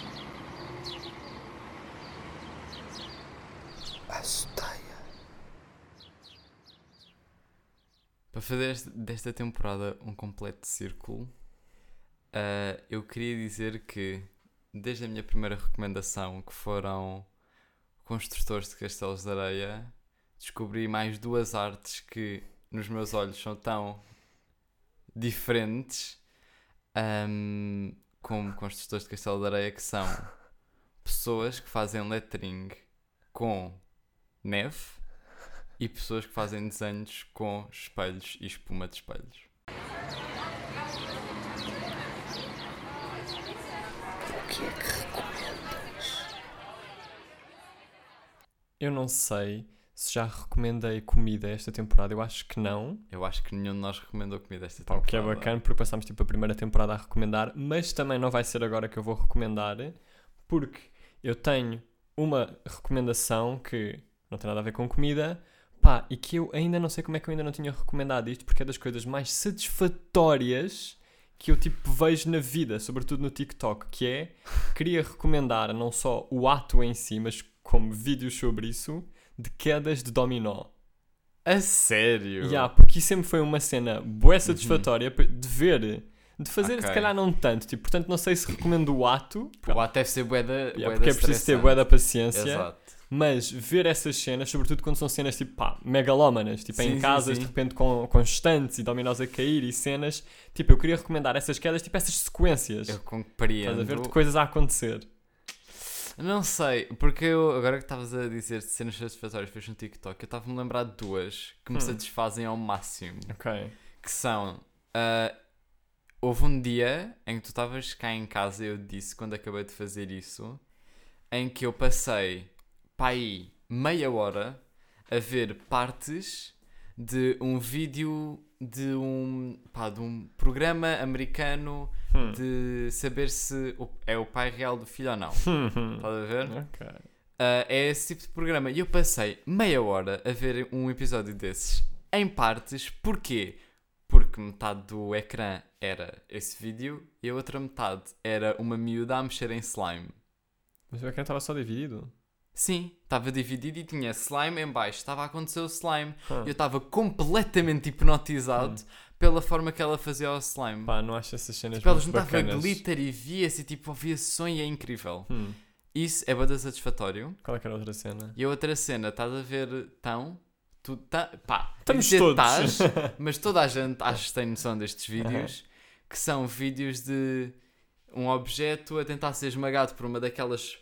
é. fazer este- desta temporada um completo círculo, ah, eu queria dizer que, desde a minha primeira recomendação, que foram construtores de castelos de areia, descobri mais duas artes que, nos meus olhos, são tão diferentes ahm, como construtores de castelo de areia, que são pessoas que fazem lettering com neve e pessoas que fazem desenhos com espelhos e espuma de espelhos. é Eu não sei se já recomendei comida esta temporada, eu acho que não. Eu acho que nenhum de nós recomendou comida esta Pá, temporada. o que é bacana, porque passámos tipo a primeira temporada a recomendar, mas também não vai ser agora que eu vou recomendar, porque eu tenho uma recomendação que não tem nada a ver com comida, pá, e que eu ainda não sei como é que eu ainda não tinha recomendado isto, porque é das coisas mais satisfatórias que eu tipo vejo na vida, sobretudo no TikTok, que é, queria recomendar não só o ato em si, mas como vídeos sobre isso, de quedas de dominó. A sério? Ya, porque isso sempre foi uma cena bué satisfatória de ver, de fazer, se Uhum. Ok. calhar não tanto, tipo, portanto não sei se recomendo o ato, Pá, O ato deve ser bué da... ya, bué da porque é preciso ter estressante. bué da paciência, Exato. mas ver essas cenas, sobretudo quando são cenas tipo, pá, megalómanas, tipo Sim, em sim, casas, sim. de repente com, com estantes e dominós a cair e cenas, tipo, eu queria recomendar essas quedas, tipo essas sequências, Eu estás compreendo. a ver, de coisas a acontecer. Não sei, porque eu, agora que estavas a dizer de cenas satisfatórias fez no TikTok, eu estava-me a lembrar de duas que me Hum. satisfazem ao máximo. Ok, que são. ah, houve um dia em que tu estavas cá em casa, eu disse, quando acabei de fazer isso, em que eu passei para aí meia hora a ver partes de um vídeo de um, pá, de um programa americano Hum. de saber se o- é o pai real do filho ou não. Hum, hum. Estás a ver? ok, Ah, é esse tipo de programa. E eu passei meia hora a ver um episódio desses em partes. Porquê? Porque metade do ecrã era esse vídeo e a outra metade era uma miúda a mexer em slime. mas eu estava só dividido. Sim, estava dividido e tinha slime em baixo. Estava a acontecer o slime. Hum. Eu estava completamente hipnotizado pela forma que ela fazia o slime. Pá, não acho essas cenas tipo, ela muito juntava bacanas. glitter e via-se e tipo, havia sonho e é incrível. Hum. Isso é bastante satisfatório. Qual é que era a outra cena? E a outra cena, estás a ver tão. Tu, tá, pá, Estamos ia dizer todos. tás, mas toda a gente acho que tem noção destes vídeos, que são vídeos de um objeto a tentar ser esmagado por uma daquelas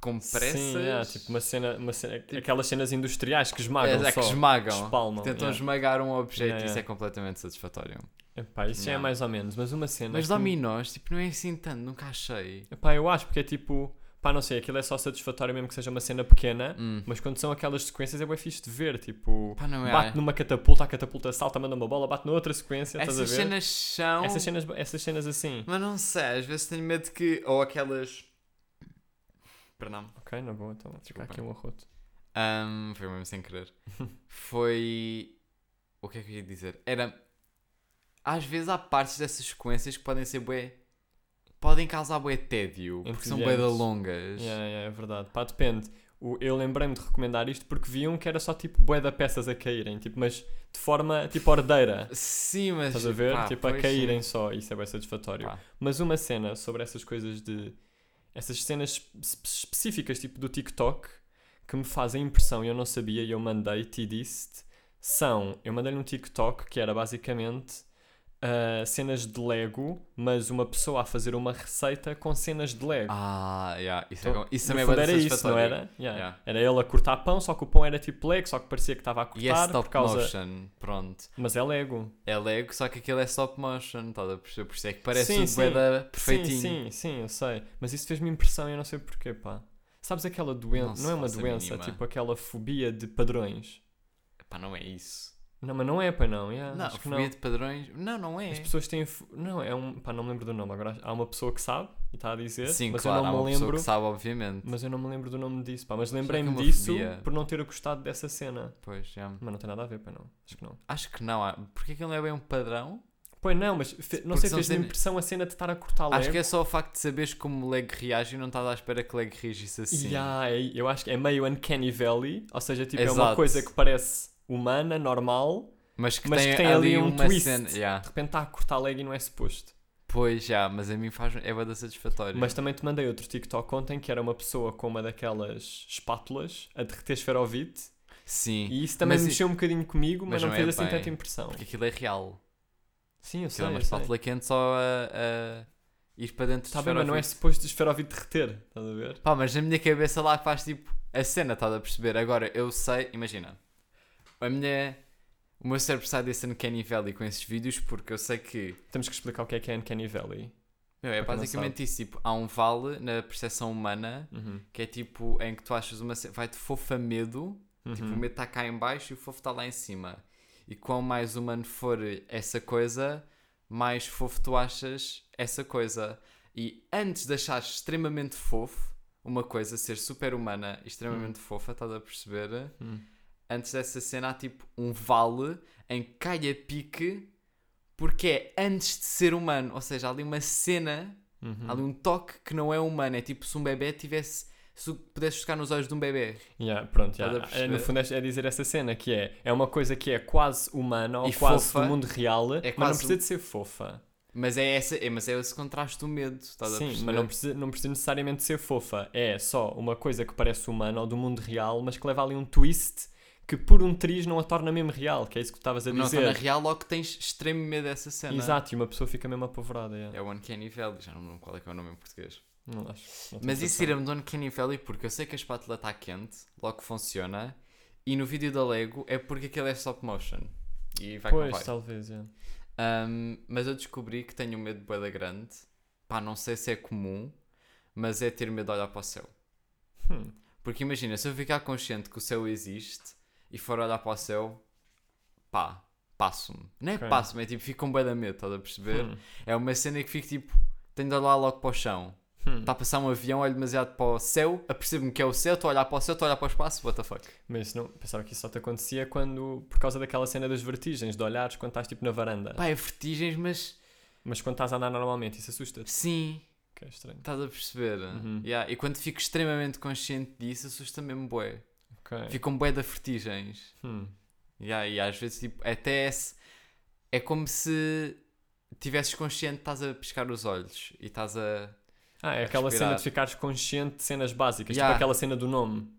compressas. Sim, é, tipo uma cena, uma cena aquelas cenas industriais que Tipo é, esmagam é, que só. esmagam. espalmam, tentam yeah. esmagar um objeto Yeah, e isso yeah. é completamente satisfatório. Epá, isso já é Não. mais ou menos, mas uma cena. Mas que me- dominós, tipo, não é assim tanto, nunca achei. Epá, eu acho porque é tipo, pá, não sei, aquilo é só satisfatório mesmo que seja uma cena pequena, Hum. mas quando são aquelas sequências é bem fixe de ver, tipo, Pá, não é. bate numa catapulta, a catapulta salta, manda uma bola, bate noutra sequência, Essas estás a ver? cenas são. Essas cenas, essas cenas assim. Mas não sei, às vezes tenho medo que. Ou aquelas. Perdão. Ok, na boa, então, fica Desculpa. aqui um arroto. Ahm, foi mesmo sem querer. foi. O que é que eu ia dizer? Era. Às vezes há partes dessas sequências que podem ser bué. Podem causar bué tédio, porque são bué da Entediantes. longas. Yeah, yeah, é verdade. Pá, depende. O- eu lembrei-me de recomendar isto porque vi um que era só tipo bué da peças a caírem, tipo, mas de forma tipo ordeira. Sim, mas. Estás a ver? pá, tipo, a pois caírem sim. só. Isso é bem satisfatório. Pá. Mas uma cena sobre essas coisas de. Essas cenas espe- específicas, tipo do TikTok, que me fazem impressão e eu não sabia e eu mandei, te disse são. Eu mandei-lhe um TikTok que era basicamente. ah, cenas de Lego, mas uma pessoa a fazer uma receita com cenas de Lego. Ah, yeah, isso, Então, é, isso No também é fundo bué era da isso, não satisfatório. era? Yeah. Yeah. Era ele a cortar pão, só que o pão era tipo Lego, só que parecia que estava a cortar E é por stop causa. motion, pronto. Mas é Lego. É Lego, só que aquilo é stop motion, estás a perceber? Por isso é que parece Sim, um bué sim. da perfeitinho. Sim, sim, sim, eu sei. Mas isso fez-me impressão e eu não sei porquê, pá. Sabes aquela Não doença, se não, é uma faça a doença, é mínima. tipo aquela fobia de padrões. Pá, não é isso. Não, mas não é, pá, não. yeah, não, acho que fobia não. de padrões. Não, não é. As pessoas têm. fo- Não, é um. Pá, não me lembro do nome. Agora há uma pessoa que sabe e está a dizer. Sim, mas claro, eu há não uma me pessoa lembro. que sabe, obviamente. Mas eu não me lembro do nome disso, pá. Mas é lembrei-me uma disso fobia? por não ter gostado dessa cena. Pois, já. Mas não tem nada a ver, pá, não. Acho que não. Acho que não. há- Porque aquilo não é bem um padrão. Pois não, mas fe- não Porque sei, são fez-me cenas- impressão a cena de estar a cortar Lego. Acho que é só o facto de saberes como o leg reage e não estás à espera que o leg reagisse assim. Yeah, é- eu acho que é meio uncanny valley, ou seja, tipo, é uma Exato. coisa que parece humana, normal, Mas que, Mas tem, que tem ali ali, um uma twist. cena. Yeah. De repente está a cortar leg e não é suposto. Pois já, mas a mim faz. É bada satisfatório. Mas também te mandei outro TikTok ontem que era uma pessoa com uma daquelas espátulas a derreter esferovite Sim. e isso também Mas i- mexeu um bocadinho comigo, mas, mas não, não é fez assim bem. tanta impressão. Porque aquilo é real. Sim, eu sei. Aquilo é uma eu sei. espátula quente só a, a ir para dentro Tá de bem, mas não é esferovite. suposto esferovite derreter, estás a ver? Pá, mas na minha cabeça lá faz tipo a cena, estás a perceber? Agora eu sei, imagina, a minha. O meu cérebro sai desse Uncanny Valley com esses vídeos porque eu sei que. Temos que explicar o que é que é Uncanny Valley. Meu, é Para quem não basicamente isso, tipo, há um vale na percepção humana Uhum. que é tipo em que tu achas uma. ce- vai-te fofa medo Tipo, Uhum. o medo está cá em baixo e o fofo está lá em cima. E quanto mais humano for essa coisa, mais fofo tu achas essa coisa. E antes de achares extremamente fofo uma coisa, ser super humana e extremamente fofa, estás a perceber? Hum. Antes dessa cena há tipo um vale em que cai a pique porque é antes de ser humano. Ou seja, há ali uma cena, Uhum. há ali um toque que não é humano. É tipo se um bebê tivesse. Se pudesse tocar nos olhos de um bebê. Yeah, pronto, Estás yeah. a É, no perceber? fundo é é dizer essa cena que é, é uma coisa que é quase humana ou E quase fofa. É do mundo real, mas não quase- precisa de ser fofa. Mas é, essa, é, mas é esse contraste do medo, estás a Sim, perceber? mas não precisa, não precisa necessariamente ser fofa. É só uma coisa que parece humana ou do mundo real, mas que leva ali um twist que por um triz não a torna mesmo real, que é isso que tu estavas a Não, então, na dizer. real é? logo tens extremo medo dessa cena. Exato, e uma pessoa fica mesmo apavorada. yeah. É o Uncanny Valley, já não me lembro qual é que é o nome em português. Não acho. não tenho Mas isso certeza. irá-me do Uncanny Valley porque eu sei que a espátula está quente, logo funciona, e no vídeo da Lego é porque aquilo é stop motion. E vai com Pois, vai. talvez, yeah. Ahm, mas eu descobri que tenho um medo bué da grande. Pá, não sei se é comum, mas é ter medo de olhar para o céu. Hum. Porque imagina, se eu ficar consciente que o céu existe e for olhar para o céu, pá, passo-me. Não é Ok. passo-me, é tipo, fico com bué da medo, estás a perceber? Hum. É uma cena que fico tipo, tenho de olhar logo para o chão. Hum. Está a passar um avião, olho demasiado para o céu, apercebo-me que é o céu, estou a olhar para o céu, estou a olhar para o espaço, what the fuck. Mas isso não, pensava que isso só te acontecia quando, por causa daquela cena das vertigens, de olhares quando estás tipo na varanda. Pá, é vertigens, mas Mas quando estás a andar normalmente, isso assusta-te. sim, Que é estranho. estás a perceber? Uhum. Yeah, E quando fico extremamente consciente disso, assusta mesmo bué. Ok. Fico um bué da vertigens. Hum. Yeah, e às vezes, tipo, até é, se- é como se tivesses consciente, estás a piscar os olhos e estás a. Ah, é a aquela cena respirar. de ficares consciente de cenas básicas, Yeah. tipo aquela cena do nome.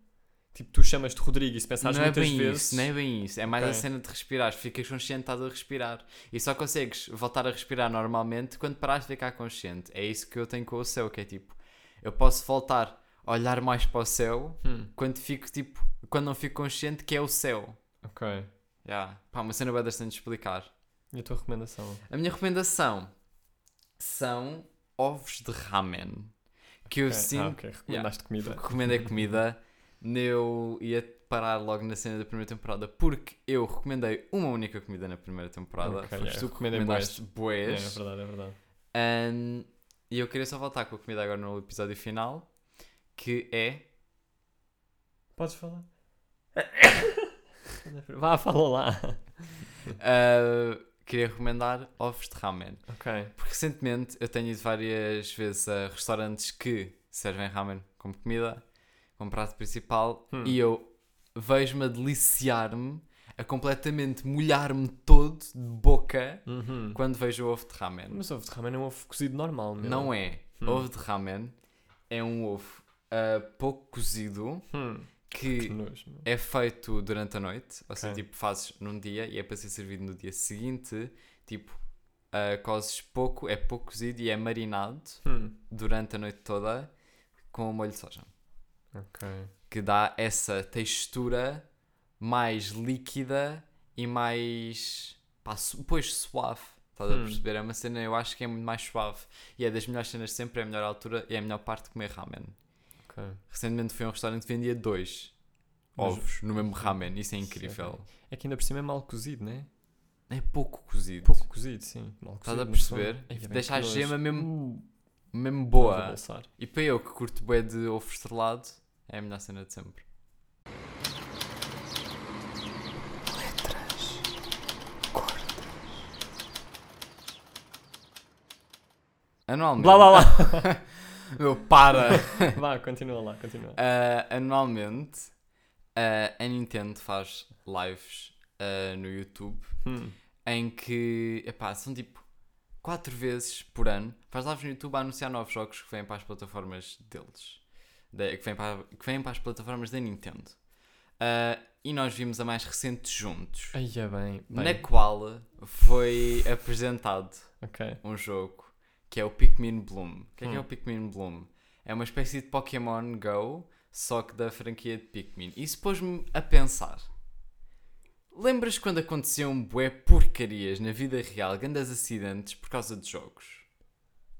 Tipo, tu chamas-te Rodrigo e se pensares não é muitas bem vezes. isso, não é bem isso. É mais a Ok. cena de respirar. Ficas consciente, estás a respirar. E só consegues voltar a respirar normalmente quando parares de ficar consciente. É isso que eu tenho com o céu, que é tipo, eu posso voltar a olhar mais para o céu Hum, quando fico, tipo, quando não fico consciente que é o céu. ok. Yeah. Pá, uma cena bem bastante de explicar. E a tua recomendação? A minha recomendação são ovos de ramen. Que eu Ok. Ah, sinto ok. Recomendaste comida. que recomendo a comida. Eu ia parar logo na cena da primeira temporada porque eu recomendei uma única comida na primeira temporada. Ok, Foste yeah, tu eu que recomendei recomendaste É, é boés. verdade, é verdade. Ahn, e eu queria só voltar com a comida agora no episódio final. Que é. Podes falar? Vá, fala lá. Hum. ah, queria recomendar ovos de ramen. Ok. Porque recentemente eu tenho ido várias vezes a restaurantes que servem ramen como comida, como prato principal, Hum. e eu vejo-me a deliciar-me, a completamente molhar-me todo de boca Uhum. quando vejo o ovo de ramen. Mas ovo de ramen é um ovo cozido normal, meu. Não é. Hum. Ovo de ramen é um ovo ah, pouco cozido Hum. Que que nojo, meu. é feito durante a noite, ou seja, Ok. tipo fazes num dia e é para ser servido no dia seguinte, tipo. ah, cozes pouco, é pouco cozido e é marinado Hum. durante a noite toda com o molho de soja, Ok. que dá essa textura mais líquida e mais pá, su- pois suave. Estás a Hum. perceber? É uma cena, eu acho que é muito mais suave. E é das melhores cenas de sempre, é a melhor altura e é a melhor parte de comer ramen. Ok. Recentemente fui a um restaurante que vendia dois Mas- ovos no mesmo ramen, isso é incrível. Ok. É que ainda por cima é mal cozido, não é? É pouco cozido. Pouco cozido, sim. Mal Estás cozido, a não sei. perceber? Tipo, Ai, bem Deixa que a nojo. gema mesmo, Uh. mesmo Vou boa. bolsar. E para eu que curto bué de ovo estrelado, é a melhor cena de sempre. Anualmente. Blá blá blá. Meu, para! Uh, Vá, continua lá, continua. Ah, anualmente, ah, a Nintendo faz lives ah, no YouTube Hum. em que, epá, são tipo quatro vezes por ano, faz lives no YouTube a anunciar novos jogos que vêm para as plataformas deles, da- que, vêm para, que vêm para as plataformas da Nintendo. Ah, e nós vimos a mais recente juntos, Aí é bem. bem. na qual foi apresentado Ok. um jogo que é o Pikmin Bloom. O que é, que é Hum. o Pikmin Bloom? É uma espécie de Pokémon Go, só que da franquia de Pikmin. Isso pôs-me a pensar. Lembras quando aconteciam bué porcarias na vida real, grandes acidentes por causa de jogos?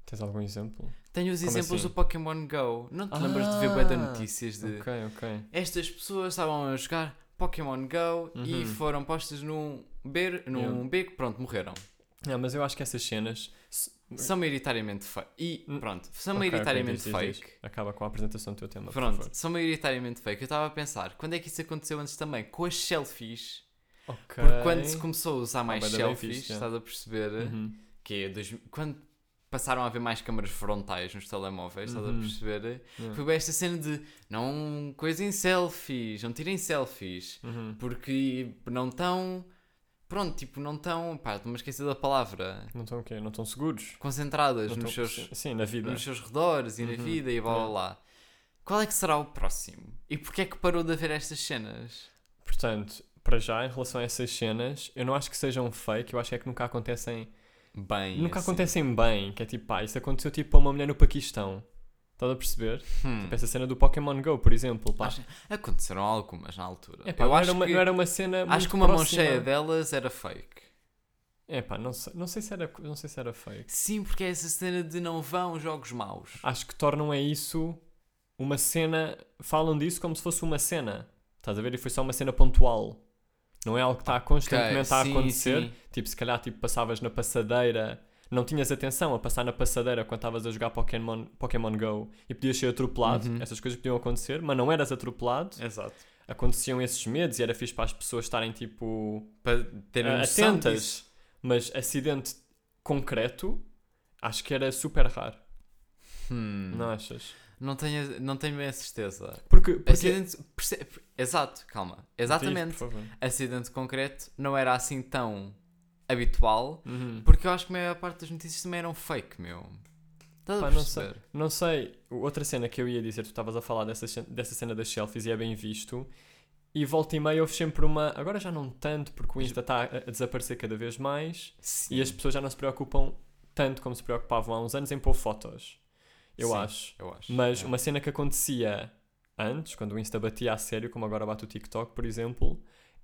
Tens algum exemplo? Tenho os Como exemplos assim? do Pokémon Go. Não te lembras de ver bué de Ah, notícias de Ok, ok. estas pessoas estavam a jogar Pokémon Go e Uhum. foram postas num, ber... num Yeah. beco, pronto, morreram. Não, mas eu acho que essas cenas. se- São maioritariamente fake. E Hum. pronto, são Ok, ok, maioritariamente diz, diz, fake. diz. Acaba com a apresentação do teu tema. Pronto, Por favor. são maioritariamente fake. Eu estava a pensar, quando é que isso aconteceu antes também? Com as selfies. Ok. Ah, Porque quando se começou a usar mais bué da bem selfies, fixe, já. estás a perceber? Uhum. Que é dois- quando passaram a haver mais câmaras frontais nos telemóveis, estás a Uhum. perceber? Yeah. Foi bem esta cena de não coisem selfies, não tirem selfies. Uhum. Porque não estão. Pronto, tipo, não estão. Pá, estou-me a esquecer da palavra. Não estão o quê? Não estão seguros? Concentradas Não nos estão- seus Sim, Sim, na vida. nos seus redores e na Uhum. vida e blá blá Yeah. blá. Qual é que será o próximo? E porquê é que parou de haver estas cenas? Portanto, para já, em relação a essas cenas, eu não acho que sejam fake, eu acho que é que nunca acontecem. Bem, nunca assim. acontecem bem, que é tipo, pá, isso aconteceu tipo a uma mulher no Paquistão. Estás a perceber? Hum. Tipo essa cena do Pokémon Go, por exemplo, pá. Acho- Aconteceram algumas na altura. É pá, Eu não, acho era uma, que, não era uma cena. acho muito que uma mão próxima. cheia delas era fake. É pá, não sei, não sei se era, não sei se era fake. Sim, porque é essa cena de não vão jogos maus. Acho que tornam a isso uma cena. Falam disso como se fosse uma cena. Estás a ver? E foi só uma cena pontual. Não é algo que está constantemente a Ok, sim, acontecer. sim. Tipo, se calhar tipo, passavas na passadeira, não tinhas atenção a passar na passadeira quando estavas a jogar Pokémon, Pokémon Go e podias ser atropelado. Uhum. É. Essas coisas podiam acontecer, mas não eras atropelado. Exato. Aconteciam esses medos e era fixe para as pessoas estarem tipo Para terem ah, noção disso. atentas. Mas acidente concreto, acho que era super raro. Hum. Não achas? Não tenho, não tenho bem a certeza. Porque. porque... Acidente. perce- Exato, calma. Exatamente. Diz, por favor. Acidente concreto não era assim tão habitual. Uhum. Porque eu acho que a maior parte das notícias também eram fake, meu. Estás a Pá, não sei. perceber? Não sei, outra cena que eu ia dizer, tu estavas a falar dessa, cen- dessa cena das selfies e é bem visto. E volta e meia houve sempre uma. Agora já não tanto, porque o Insta está a a desaparecer cada vez mais Sim. e as pessoas já não se preocupam tanto como se preocupavam há uns anos em pôr fotos. Eu Sim, acho. Eu acho. Mas é. uma cena que acontecia antes, quando o Insta batia a sério, como agora bate o TikTok, por exemplo,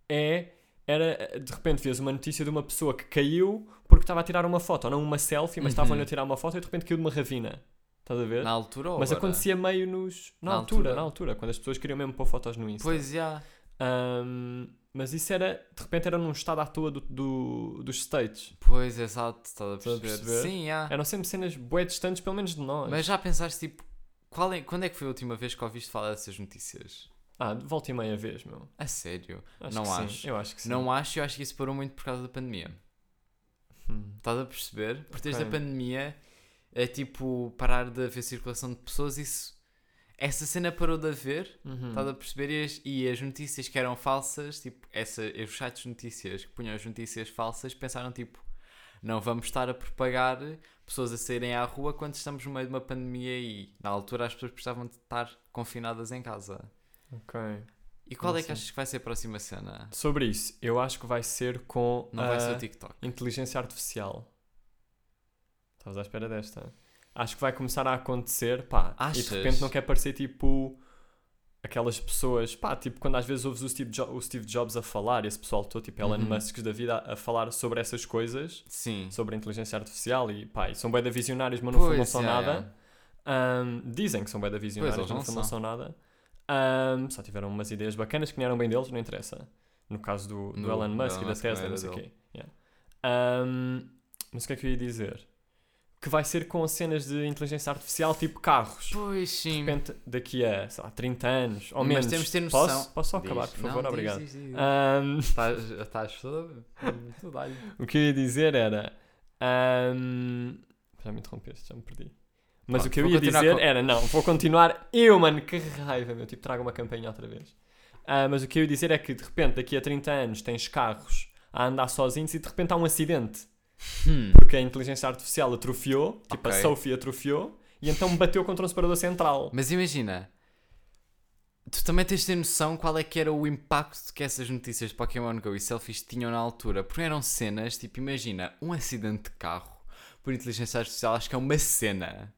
é. Era, eh, de repente vias uma notícia de uma pessoa que caiu porque estava a tirar uma foto, ou não uma selfie, mas Uhum. estavam-lhe a tirar uma foto e de repente caiu de uma ravina. Estás a ver? Na altura ou Mas agora? acontecia meio nos. Na, Na altura, altura. na altura, quando as pessoas queriam mesmo pôr fotos no Insta. Pois já. Ahm, mas isso era. De repente era num estado à toa do, do- dos states. Pois, exato. Estás a Estás a perceber? perceber? Sim, já. Eram sempre cenas bué distantes, pelo menos de nós. Ah. Mas já pensaste, tipo, qual é- quando é que foi a última vez que ouviste falar dessas notícias? Ah, de volta e meia vez, meu. A sério. Acho Não que sim. acho. Eu acho que sim. Não acho e eu acho que isso parou muito por causa da pandemia. Hum. Estás a perceber? Porque desde a Ok. pandemia é tipo parar de haver circulação de pessoas. Isso. Essa cena parou de haver Uhum. Estás a perceber? E as, e as notícias que eram falsas, tipo, essa, os sites de notícias que punham as notícias falsas pensaram, tipo, não vamos estar a propagar pessoas a saírem à rua quando estamos no meio de uma pandemia e, na altura, as pessoas precisavam de estar confinadas em casa. Ok. E qual Não é que sei. achas que vai ser a próxima cena? Sobre isso, eu acho que vai ser com. Não vai ser tipo, a- o TikTok. Inteligência artificial. Estavas à espera desta. Acho que vai começar a acontecer, pá. E Achas? de repente não quer parecer tipo aquelas pessoas, pá, tipo quando às vezes ouves o Steve, Jo- o Steve Jobs a falar, esse pessoal todo, tipo Elon Uhum. Musk da vida, a falar sobre essas coisas, Sim. sobre a inteligência artificial e pá, e são bem da visionários, mas no fundo não Pois, é. são yeah, nada. yeah. Ahm, dizem que são bem da visionários, eles mas no não fundo não são nada. Ahm, só tiveram umas ideias bacanas que não eram bem deles, não interessa. No caso do, do No- Elon do Musk e Elon da Musk não é Tesla, era não sei o quê. Yeah. Ahm, mas o que é que eu ia dizer? Que vai ser com cenas de inteligência artificial tipo carros. Pois sim. De repente, daqui a, sei lá, 30 anos, ou Mas menos. temos de ter noção. posso, posso só acabar, Diz. por favor? Não, diz, Obrigado. Ah. diz, diz. Ahm, Estás- Estás toda. toda aí. o que eu ia dizer era. ahm, já me interrompeste, já me perdi. Mas Pronto, o que eu vou ia continuar dizer com- era, não, vou continuar eu, mano, que raiva, meu. Tipo, trago uma campanha outra vez. Ah, mas o que eu ia dizer é que de repente, daqui a 30 anos, tens carros a andar sozinhos e de repente há um acidente. Hum. Porque a inteligência artificial atrofiou, tipo Ok. a Sophie atrofiou, e então bateu contra um separador central. Mas imagina, tu também tens de ter noção qual é que era o impacto que essas notícias de Pokémon Go e selfies tinham na altura, porque eram cenas, tipo, imagina, um acidente de carro por inteligência artificial, acho que é uma cena.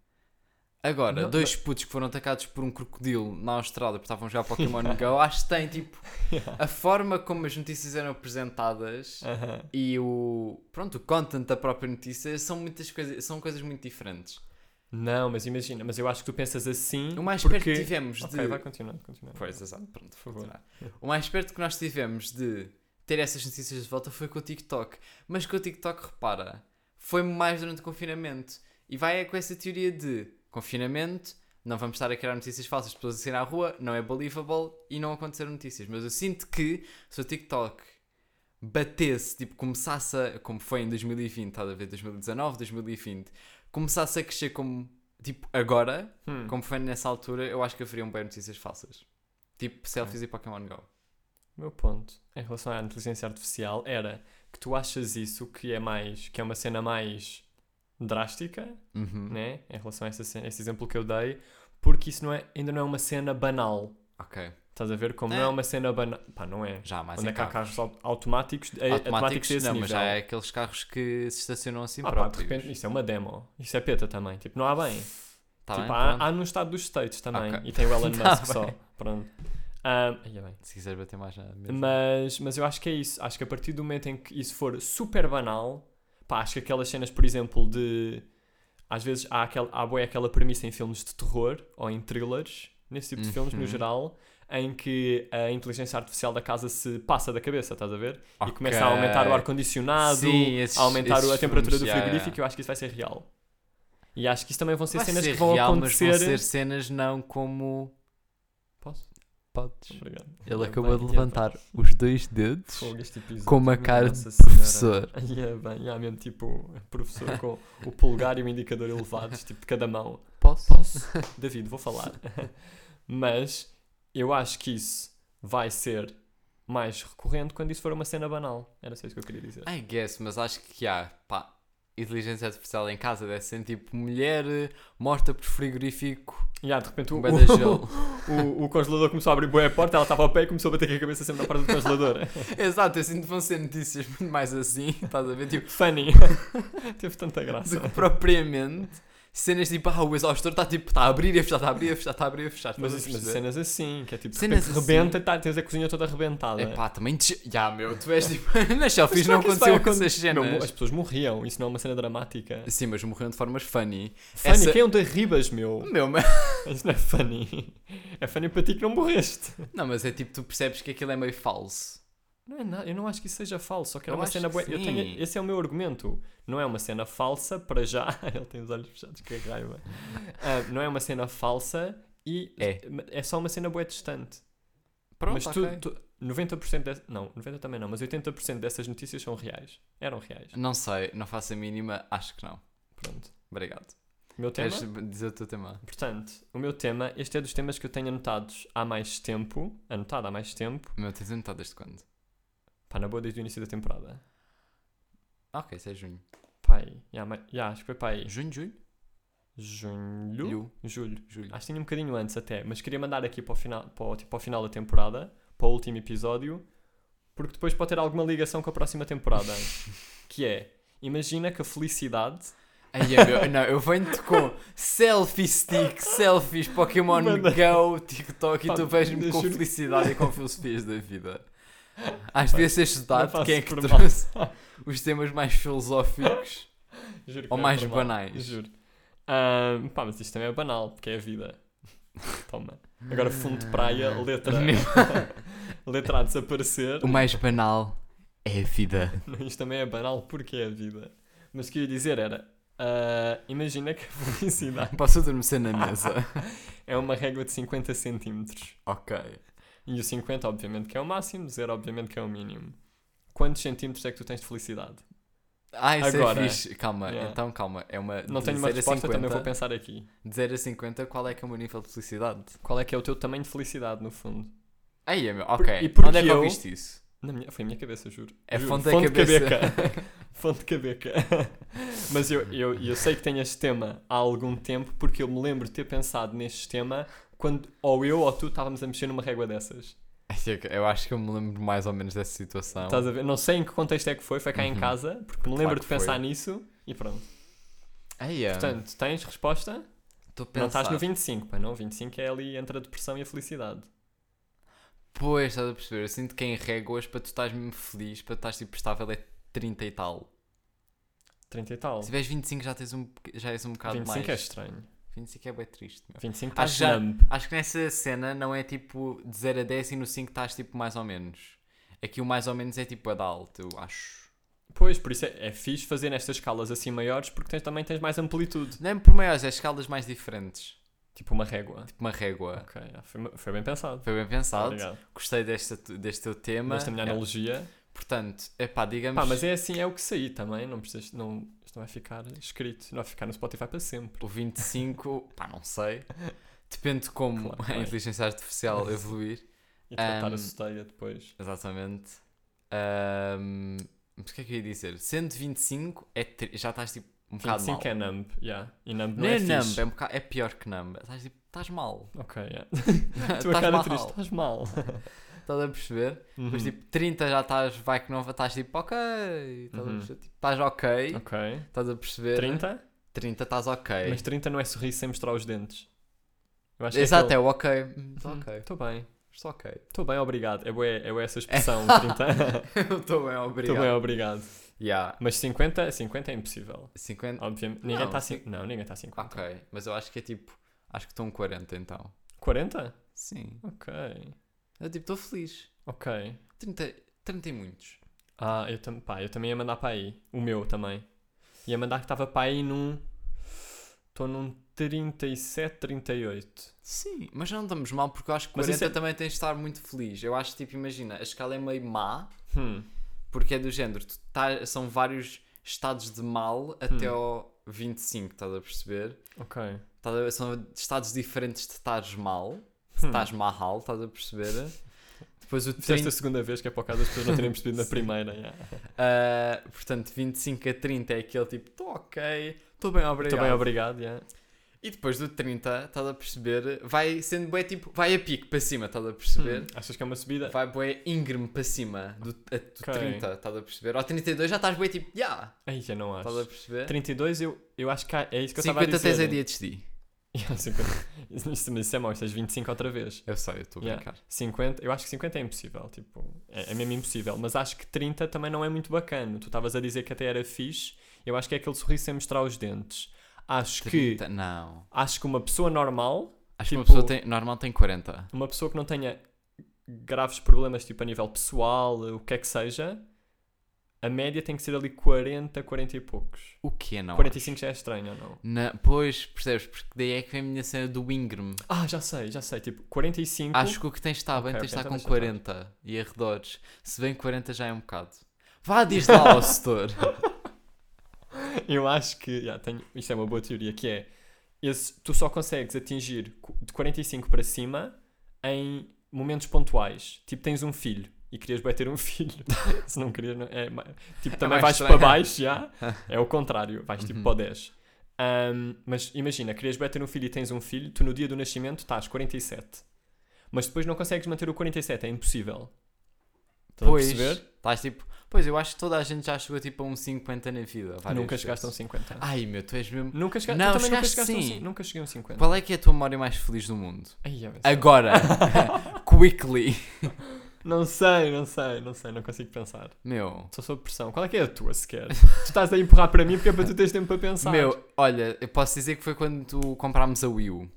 Agora, Não, dois putos que foram atacados por um crocodilo na Austrália porque estavam a jogar Pokémon Go, acho que tem, tipo, a forma como as notícias eram apresentadas Aham. e o, pronto, o content da própria notícia são muitas coisas, são coisas muito diferentes. Não, mas imagina, mas eu acho que tu pensas assim. O mais perto porque... que tivemos Ok, de vai continuando, continuando. Pois, exato. Pronto, Por favor. continuar. O mais perto que nós tivemos de ter essas notícias de volta foi com o TikTok. Mas com o TikTok, repara, foi mais durante o confinamento. E vai é com essa teoria de confinamento, não vamos estar a criar notícias falsas, pessoas a sair à rua, não é believable e não aconteceram notícias. Mas eu sinto que se o TikTok batesse, tipo, começasse a, como foi em 2020, estás a ver, 2019, 2020, começasse a crescer como, tipo, agora, Hum. como foi nessa altura, eu acho que haveriam bem notícias falsas. Tipo selfies e Pokémon Go. O meu ponto em relação à inteligência artificial era que tu achas isso que é mais, que é uma cena mais drástica, Uhum. né? Em relação a essa cena- esse exemplo que eu dei, porque isso não é, ainda não é uma cena banal. Ok. Estás a ver? Como É. não é uma cena banal. Pá, não é. Já, mais Onde é em que há carro. carros au- automáticos, eh, Automáticos, automáticos, desse não, nível. mas já é aqueles carros que se estacionam assim Ah, pá, de próprios. repente, isso é uma demo. Isso é peta também. Tipo, não há bem. Tá tipo, bem, há, pronto. há no estado dos States também. Ok. E tem o Elon Tá Musk só. bem. Pronto. Ah, aí é bem. Se quiseres bater mais na mesa. Mas, mas eu acho que é isso. Acho que a partir do momento em que isso for super banal, pá, acho que aquelas cenas, por exemplo, de. Às vezes há, aquel, há boa aquela premissa em filmes de terror ou em thrillers, nesse tipo de filmes no Uhum. geral, em que a inteligência artificial da casa se passa da cabeça, estás a ver? E começa a aumentar o ar-condicionado, Sim, esses- a aumentar o- a esses temperatura filmes, do já, frigorífico, já. eu acho que isso vai ser real. E acho que isso também vão ser Vai cenas ser que vão real, acontecer. mas vão ser cenas não como... Posso? Podes. Obrigado. Ele Vai, acabou de vai, levantar os dois dedos Fogo, este episódio. com uma Nossa cara de Senhora. professor. E é bem, é mesmo tipo professor com o polegar e o indicador elevados, tipo de cada mão. Posso? David, vou falar. Mas eu acho que isso vai ser mais recorrente quando isso for uma cena banal. Era só isso que eu queria dizer. I guess, mas acho que há, pá, inteligência artificial em casa deve ser tipo mulher eh, morta por frigorífico E ah, de repente o, Um bué de gelo. o, o, congelador começou a abrir boa a porta, ela estava ao pé e começou a bater com a cabeça sempre na porta do congelador. Exato, eu sinto que vão ser notícias muito mais assim, estás a ver? Tipo, Funny. Teve tanta graça. do que propriamente cenas tipo, ah, o exaustor está tipo, está a abrir e a fechar, está a abrir e a fechar, está a abrir e a fechar. Mas, estás a isso- mas perceber? cenas assim, que é tipo, de Cenas repente assim. rebenta e tá, tens a cozinha toda arrebentada. Epá, também. te- Já, meu, tu és tipo. Nas selfies é? Mas não será que isso vai aconteceu com essas acontecer? Não, cenas. as pessoas morriam, isso não é uma cena dramática. Sim, mas morreram de formas funny. Funny, Essa- quem é o da Ribas, meu? Meu, mas... Isso não é funny. É funny para ti que não morreste. Não, mas é tipo, tu percebes que aquilo é meio falso. Não é nada, eu não acho que isso seja falso, só que era Eu uma acho cena que boa. Eu sim. tenho- esse é o meu argumento. Não é uma cena falsa para já. Ele tem os olhos fechados, que raiva. Ah, não é uma cena falsa e É. é só uma cena boa distante. Pronto, mas tu, ok. tu- 90% dessas. Não, 90% também não, mas 80% dessas notícias são reais. Eram reais. Não sei, não faço a mínima, acho que não. Pronto. Obrigado. O meu tema. Queres dizer o teu tema? Portanto, o meu tema, este é dos temas que eu tenho anotados há mais tempo, anotado há mais tempo, O meu tens anotado desde quando? pá, Tá na boa desde o início da temporada. Ah, ok, isso é junho. Pai, já, ma- já, acho que foi pai Junho, julho? Ah, junho, Julho. julho. Julho. Acho que tinha um bocadinho antes até, mas queria mandar aqui para o final, para o, tipo, ao final da temporada, para o último episódio, porque depois pode ter alguma ligação com a próxima temporada, que é, imagina que a felicidade, Ai, é meu, não, eu venho-te com selfie stick, selfies, Pokémon Manda. Go, TikTok e Pá, tu vês-me com juro. felicidade e com filosofias da vida. Acho que devia ser estudado faço quem é que por mal. trouxe os temas mais filosóficos juro que ou não é mais por mal. banais. Juro. Ahm, pá, mas isto também é banal, porque é a vida. Toma. Agora fundo de praia, letra. letra a desaparecer. Ah, O mais banal é a vida. Isto também é banal porque é a vida. Mas o que eu ia dizer era. ah, imagina que a felicidade Posso adormecer na mesa? é uma régua de 50 centímetros. ok. E o 50, obviamente, que é o máximo, 0, obviamente, que é o mínimo. Quantos centímetros é que tu tens de felicidade? Ah, isso Agora. é fixe. Calma, Yeah. então calma. É uma. Não de tenho uma zero a resposta, também 50, vou pensar aqui. De 0 a 50, qual é que é o meu nível de felicidade? Qual é que é o teu tamanho de felicidade, no fundo? Aí é meu, Por- ok. e porque Onde é que eu- ouviste isso? Na minha- foi a minha cabeça, juro. É Juro, fonte da de cabeça. cabeca. fonte de cabeca. Mas eu, eu, eu sei que tenho este tema há algum tempo porque eu me lembro de ter pensado neste tema quando ou eu ou tu estávamos a mexer numa régua dessas. Eu acho que eu me lembro mais ou menos dessa situação. Estás a ver? Não sei em que contexto é que foi, foi cá em Uhum. casa, porque me lembro Claro de que pensar foi. nisso e pronto. Aí é. Portanto, tens resposta? estou a Não estás pensar. no 25, pai, não. 25 é ali entre a depressão e a felicidade. Pois, estás a perceber? Eu sinto que em réguas, para tu estás mesmo feliz, para tu estás tipo estável, é 30 e tal. 30 e tal. Se tiveres 25 já, tens um, boc- já és um bocado 25 mais. é estranho. 25 é bem triste, meu. 25 Acho estás já- numb. Acho que nessa cena não é tipo de 0 a 10 e no 5 estás tipo mais ou menos. Aqui o mais ou menos é tipo a de alto, eu acho. Pois, por isso é, é fixe fazer nestas escalas assim maiores porque tens, também tens mais amplitude. Nem por maiores, é escalas mais diferentes. Tipo uma régua. Tipo uma régua. Ok, ah, foi, foi bem pensado. Foi bem pensado. Obrigado. Gostei desta, tu- deste teu tema. Desta minha Tá. É, analogia. Portanto, é pá, digamos. Pá, mas é assim, é o que saí também. Não precisas, não, isto não vai ficar escrito. Não vai ficar no Spotify para sempre. O 25, pá, não sei. Depende de como Claro, a claro. inteligência artificial evoluir. E tratar Ahm. a soteia depois. Exatamente. Ahm, mas o que é que eu ia dizer? 125 é tri- já estás tipo um bocado 25 mal. é numb, yeah. E numb não, Não é fixe. numb, é, um bocado- é pior que numb. Estás tipo, estás mal. Ok, yeah. Tua estás cara mal. triste, estás mal. Estás a perceber? Mas Uhum. tipo, 30 já estás, vai que não estás tipo, ok. Estás, a Uhum. perceber? Tipo, estás ok. Ok. Estás a perceber? 30? 30 estás ok. Mas 30 não é sorrir sem mostrar os dentes. Eu acho Exato, que é o ok. Hum, Estou aquele- ok. Estou bem. Estou ok. Estou bem, obrigado. É boa, é bué essa expressão, 30. Eu estou bem, Estou obrigado. bem, obrigado. Yeah. Mas 50, 50 é impossível. 50. Obviamente. Ninguém Não, está cin- Não, ninguém está a 50. Ok. Mas eu acho que é tipo, acho que estão 40 então. 40? Sim. Ok. Eu tipo, estou feliz. Ok. 30, 30 e muitos. Ah, eu, tam pá, eu também ia mandar para aí. O meu também. Ia mandar que estava para aí num. Estou num 37, 38. Sim, mas não estamos mal porque eu acho que Mas 40 isso é- também tens de estar muito feliz. Eu acho tipo, imagina, a escala é meio má Hum. porque é do género, tu tá- são vários estados de mal até Hum. ao 25, estás a perceber? Ok. Estás a- São estados diferentes de estares mal, Hum. estás mal, estás a perceber? Depois o Fizeste 30, a segunda vez, que é por causa das pessoas não terem percebido na Sim. primeira. yeah. ah, portanto, 25 a 30 é aquele tipo, estou ok, estou bem, obrigado. Também obrigado, yeah. E depois do 30, estás a perceber, vai sendo bué tipo, vai a pique para cima, estás a perceber? Hum, Achas que é uma subida? Vai bué íngreme para cima do, a- do Ok. 30, estás a perceber? Ao 32 já estás bué tipo, já, yeah, Ai, eu não estás a acho. perceber? 32, eu, eu acho que há- é isso que eu estava a 50 dizer. tens a DHD. Yeah, 50. Isso, isso- mas isso é mau, isto é 25 outra vez. Eu sei, eu estou a Yeah. brincar. 50, eu acho que 50 é impossível, tipo, é, é mesmo impossível. Mas acho que 30 também não é muito bacana. Tu estavas a dizer que até era fixe, eu acho que é aquele sorriso sem mostrar os dentes. Acho que, 30, não. acho que uma pessoa normal, Acho que uma Tipo- pessoa tem, normal tem 40. uma pessoa que não tenha graves problemas, tipo, a nível pessoal, o que é que seja, a média tem que ser ali 40, 40 e poucos. O que é não? 45 já é estranho, ou não? Na- pois, percebes? Porque daí é que vem a minha cena do íngreme. Ah, já sei, já sei. Tipo, 45. Acho que o que tens de estar bem, Ok, tens de estar ok, então com deixa 40 e arredores. Se bem 40 já é um bocado. Vá, diz lá ao setor. Eu acho que. já tenho, isto é uma boa teoria, que é. Esse, tu só consegues atingir cu- de 45 para cima em momentos pontuais. Tipo, tens um filho e querias bem ter um filho. Se não querias, não, é, ma- tipo, também mais vais estranho. para baixo já. É o contrário, vais tipo Uhum. para o 10. Ahm, mas imagina, querias bem ter um filho e tens um filho, tu no dia do nascimento estás 47. Mas depois não consegues manter o 47, é impossível. Estás a Pois, perceber? estás tipo, pois eu acho que toda a gente já chegou tipo a um 50 na vida. várias Nunca vezes. chegaste a um 50. Ai meu, tu és mesmo. Nunca chegaste, Não, tu também nunca chegaste chegaste a um sim. cin- Nunca cheguei a um 50. Qual é que é a tua memória mais feliz do mundo? Ai, eu- Agora! Quickly! Não sei, não sei, não sei, não consigo pensar. Meu. Estou sob pressão. Qual é que é a tua sequer? tu estás a empurrar para mim porque é para tu teres tempo para pensar. Meu, olha, eu posso dizer que foi quando tu comprámos a Wii U.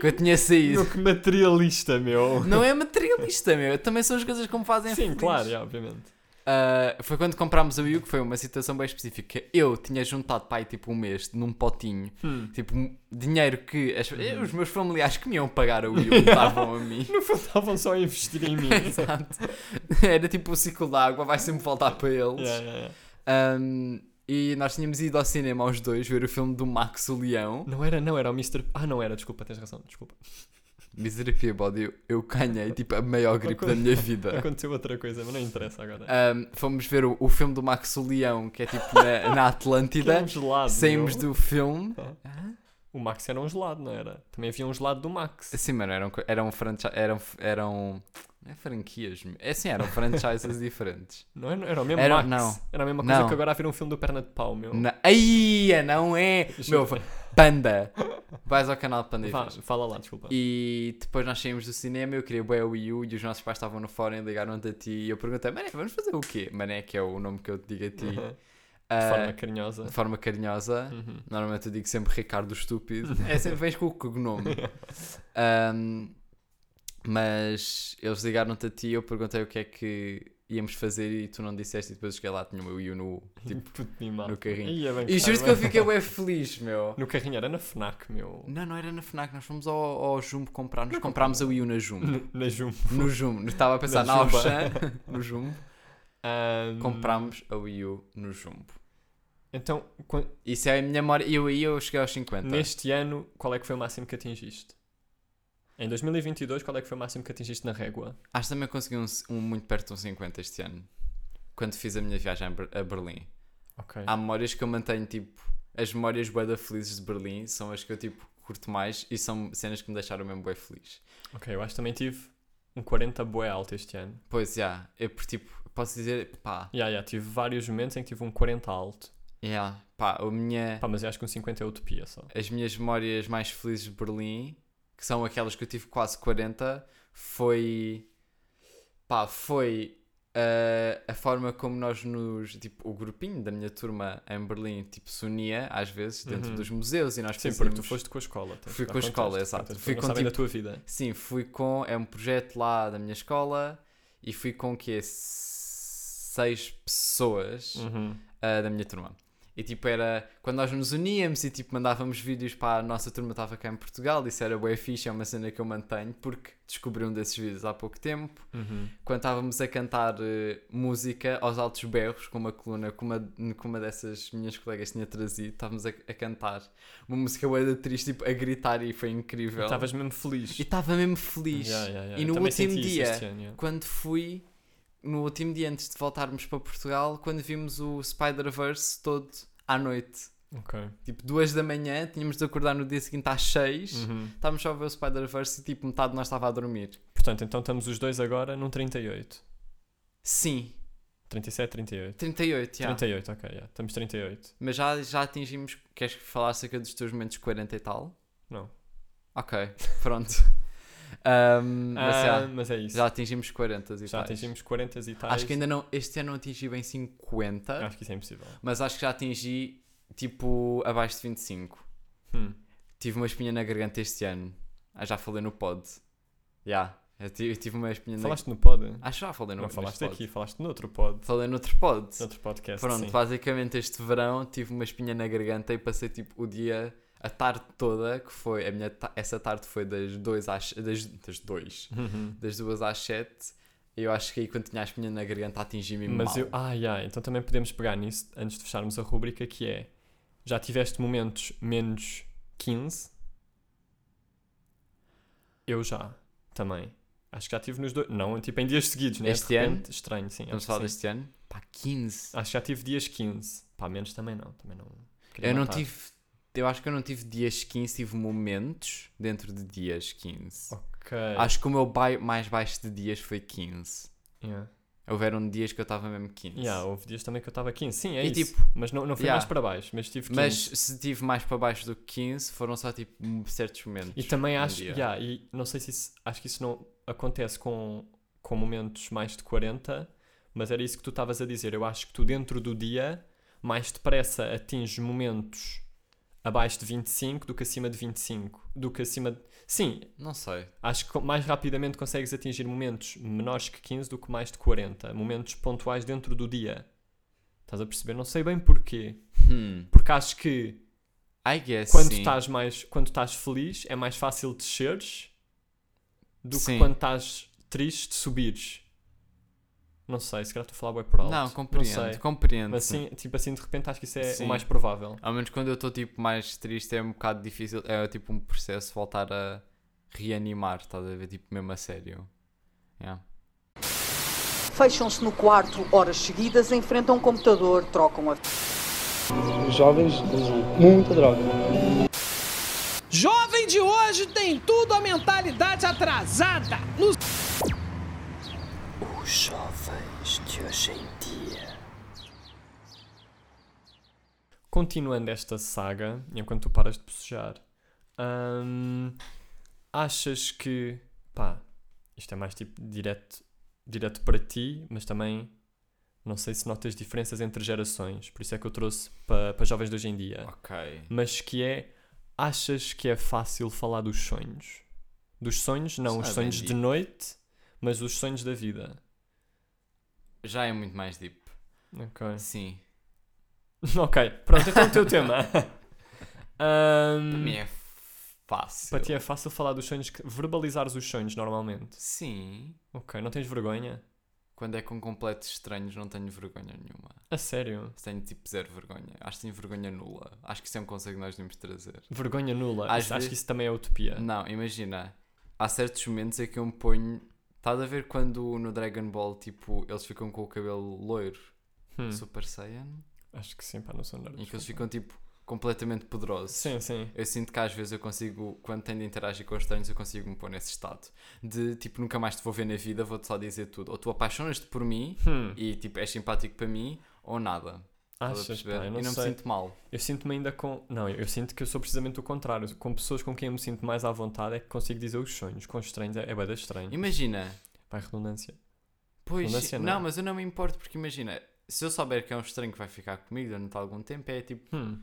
que eu tinha saído. Meu, que materialista, meu. Não é materialista, meu. Também são as coisas que me fazem Sim, feliz. claro, é, obviamente. Ah, foi quando comprámos a Wii U que foi uma situação bem específica. Eu tinha juntado, pai, tipo um mês num potinho. Hum. Tipo, um- dinheiro que as- eh, Uhum. os meus familiares que me iam pagar a Wii U davam a mim. No fundo, estavam só a investir em mim. Exato. Era tipo o ciclo da água, vai sempre voltar para eles. Yeah, yeah, yeah. Um, e nós tínhamos ido ao cinema aos dois ver o filme do Max o Leão. Não era, não era o Mr. Ah, não era, desculpa, tens razão, desculpa. Miserapia Body, eu, eu ganhei tipo a maior gripe da minha vida. Aconteceu outra coisa, mas não interessa agora. Um, fomos ver o, o filme do Max o Leão, que é tipo na, na Aquilo era Atlântida. um gelado. Saímos meu. do filme. Tá. Hã? O Max era um gelado, não era? Também havia um gelado do Max. Sim, mano, eram, co- eram, franchi- eram, eram. Não é franquias, é assim, eram franchises diferentes. Não é- era, era o mesmo Era- Max. não. Era a mesma coisa Não. que agora haver um filme do Perna de Pau, meu. Na... Ai, não é! Deixa Meu, eu- Panda! Vais ao canal de Panda e Vá, vês. fala lá, desculpa. E depois nós saímos do cinema, eu queria bué o Wii U e os nossos pais estavam no fórum e ligaram-te a ti e eu perguntei, Mané, vamos fazer o quê? Mané, que é o nome que eu te digo a ti. Uhum. De Ah, forma carinhosa. de forma carinhosa. Uhum. Normalmente eu digo sempre Ricardo Estúpido. É sempre vens com o cognome. Ahm, mas eles ligaram-te a ti eu perguntei o que é que íamos fazer e tu não disseste e depois eu cheguei lá, tinha o meu Wii U no... Tipo, Puto mimado. no carrinho. Ia bem e juro caralho. que eu fiquei bem feliz, meu. No carrinho era na FNAC, meu. Não, não era na FNAC, nós fomos ao, ao Jumbo comprar, nós Não comprámos a Wii U na Jumbo. N- Na Jumbo. No Jumbo, estava a pensar na, Na Jumba. Auchan, no Jumbo. Ahm, Comprámos a Wii U no Jumbo. Então, quan- Isso é a minha memória. E eu aí eu cheguei aos 50. neste ano, qual é que foi o máximo que atingiste? Em 2022, qual é que foi o máximo que atingiste na régua? Acho que também consegui um, um muito perto de um 50 este ano. Quando fiz a minha viagem a Ber- a Berlim. Ok. Há memórias que eu mantenho, tipo, as memórias bué da felizes de Berlim são as que eu, tipo, curto mais e são cenas que me deixaram mesmo bué feliz. Ok, eu acho que também tive um 40 bué alto este ano. Pois, já, eu, por, tipo, posso dizer, pá, Ya, ya, tive vários momentos em que tive um 40 alto. yeah, pá, a minha, Pá, mas eu acho que um 50 é utopia só. as minhas memórias mais felizes de Berlim, que são aquelas que eu tive quase 40, foi. pá, foi. ah, a forma como nós nos. tipo, o grupinho da minha turma em Berlim, tipo, se unia às vezes dentro Uhum. dos museus e nós Sim, porque tu fazíamos- foste com a escola. tens Fui que com a dar escola, contexto, exato. portanto, Fui não com sabem da tipo- tua vida. Sim, fui com. é um projeto lá da minha escola e fui com que é. seis pessoas Uhum. ah, da minha turma. E tipo, era quando nós nos uníamos e tipo mandávamos vídeos para a nossa turma estava cá em Portugal, isso era bué fixe, é uma cena que eu mantenho porque descobri um desses vídeos há pouco tempo. Uhum. Quando estávamos a cantar eh, música aos altos berros, com uma coluna que uma, que uma dessas minhas colegas tinha trazido, estávamos a, a cantar uma música bué da triste, tipo, a gritar e foi incrível. Estavas mesmo feliz. E estava mesmo feliz. Ya, ya, ya. E no último Também senti isso dia, este ano, ya. Quando fui, no último dia antes de voltarmos para Portugal, quando vimos o Spider-Verse todo à noite. Ok. Tipo, duas da manhã, tínhamos de acordar no dia seguinte às seis. Uhum. Estávamos só a ver o Spider-Verse e tipo, metade de nós estava a dormir. Portanto, então estamos os dois agora num 38. Sim, 37, 38. 38, já. 38, ok, yeah. estamos 38. Mas já, já atingimos, queres falar acerca dos teus momentos 40 e tal? Não. Ok, pronto. Ahm, mas Ah, já, mas é isso. já atingimos 40 e Já tais. atingimos 40 e tal. Acho que ainda não, este ano não atingi bem 50. Acho que isso é impossível. mas acho que já atingi tipo abaixo de 25. Hum. Tive uma espinha na garganta este ano. Ah, já falei no pod. Já. Eu ti- eu tive uma espinha Falaste no pod? na. Acho que já falei no não neste falaste pod. aqui, falaste noutro pod. Falei noutro pod. Noutro podcast, Pronto, sim. basicamente este verão tive uma espinha na garganta e passei tipo o dia, a tarde toda, que foi. A minha ta- Essa tarde foi das 2 às. Das, das 2. Uhum. Das 2 às 7. Eu acho que aí quando tinha a espinha na garganta atingi-me Mas mal. eu. Ah, yeah, então também podemos pegar nisso antes de fecharmos a rúbrica que é. Já tiveste momentos menos 15? Eu já, também. Acho que já tive nos dois. Não, tipo em dias seguidos, né? De Este ano? repente, Estranho, sim. Vamos Acho falar que, sim. deste ano? Pá, 15. acho que já tive dias 15. Pá, menos também não. Também não. queria Eu não matar. tive. Eu acho que eu não tive dias 15, tive momentos dentro de dias 15. Ok. Acho que o meu bai- mais baixo de dias foi 15. Yeah. Houveram dias que eu estava mesmo 15. Yeah, houve dias também que eu estava 15. Sim, é E tipo, isso. mas não, não foi yeah. mais para baixo, mas tive 15. Mas se tive mais para baixo do que 15, foram só tipo certos momentos. E também um acho, dia. yeah, e não sei se isso, acho que isso não acontece com, com momentos mais de 40, mas era isso que tu estavas a dizer. Eu acho que tu dentro do dia mais depressa atinges momentos abaixo de 25 do que acima de 25, do que acima de... Sim, Não sei. acho que co- mais rapidamente consegues atingir momentos menores que 15 do que mais de 40, momentos pontuais dentro do dia. Estás a perceber? Não sei bem porquê. Hum. Porque acho que I guess. quando sim. estás mais quando estás feliz é mais fácil desceres do Sim. que quando estás triste subires não sei se calhar estou a falar bem por alto Não, compreendo. sei. Compreendo. mas sim. assim tipo assim de repente acho que isso é Sim. o mais provável Ao menos quando eu estou tipo mais triste é um bocado difícil. É tipo um processo voltar a reanimar, estás a ver? Tipo, mesmo a sério. Yeah. Fecham-se no quarto horas seguidas, enfrentam um computador, trocam a. Os jovens usam muita droga. Jovem de hoje tem tudo a mentalidade atrasada. Nos Continuando esta saga, enquanto tu paras de bocejar, hum, achas que. pá, isto é mais tipo direto, direto para ti, mas também não sei se notas diferenças entre gerações, por isso é que eu trouxe para jovens de hoje em dia. Ok. Mas que é. achas que é fácil falar dos sonhos? Dos sonhos, não, os Sabe, sonhos Andy. de noite, mas os sonhos da vida. Já é muito mais deep. Ok. Sim. Ok, pronto, então o teu tema. Hum, Para mim é fácil. Para ti é fácil falar dos sonhos, que- verbalizares os sonhos normalmente. Sim. Ok, não tens vergonha? Quando é com completos estranhos não tenho vergonha nenhuma. A sério? Tenho tipo zero vergonha. Acho que tenho vergonha nula. Acho que isso é um conselho que nós devemos trazer. Vergonha nula. Às Acho, acho vezes- que isso também é utopia. Não, imagina. Há certos momentos em que eu me ponho. Estás a ver quando no Dragon Ball, tipo, eles ficam com o cabelo loiro, Hum, Super Saiyan, acho que sim, pá, não sou nerd. em que eles desculpa. ficam, tipo, completamente poderosos. Sim, sim. Eu sinto que às vezes eu consigo, quando tenho de interagir com os estranhos, eu consigo me pôr nesse estado de tipo, nunca mais te vou ver na vida, vou-te só dizer tudo. Ou tu apaixonas-te por mim Hum, e tipo, és simpático para mim, ou nada. Estás a achas, perceber? Ah, pá, eu e não, não me sei. sinto mal. Eu sinto-me ainda com... Não, eu sinto que eu sou precisamente o contrário. Com pessoas com quem eu me sinto mais à vontade é que consigo dizer os sonhos. Com estranhos é, é bué da estranho. Imagina, Vai redundância. Pois, Redundância, não é? não, mas eu não me importo porque imagina, se eu souber que é um estranho que vai ficar comigo durante algum tempo, é tipo, Hum,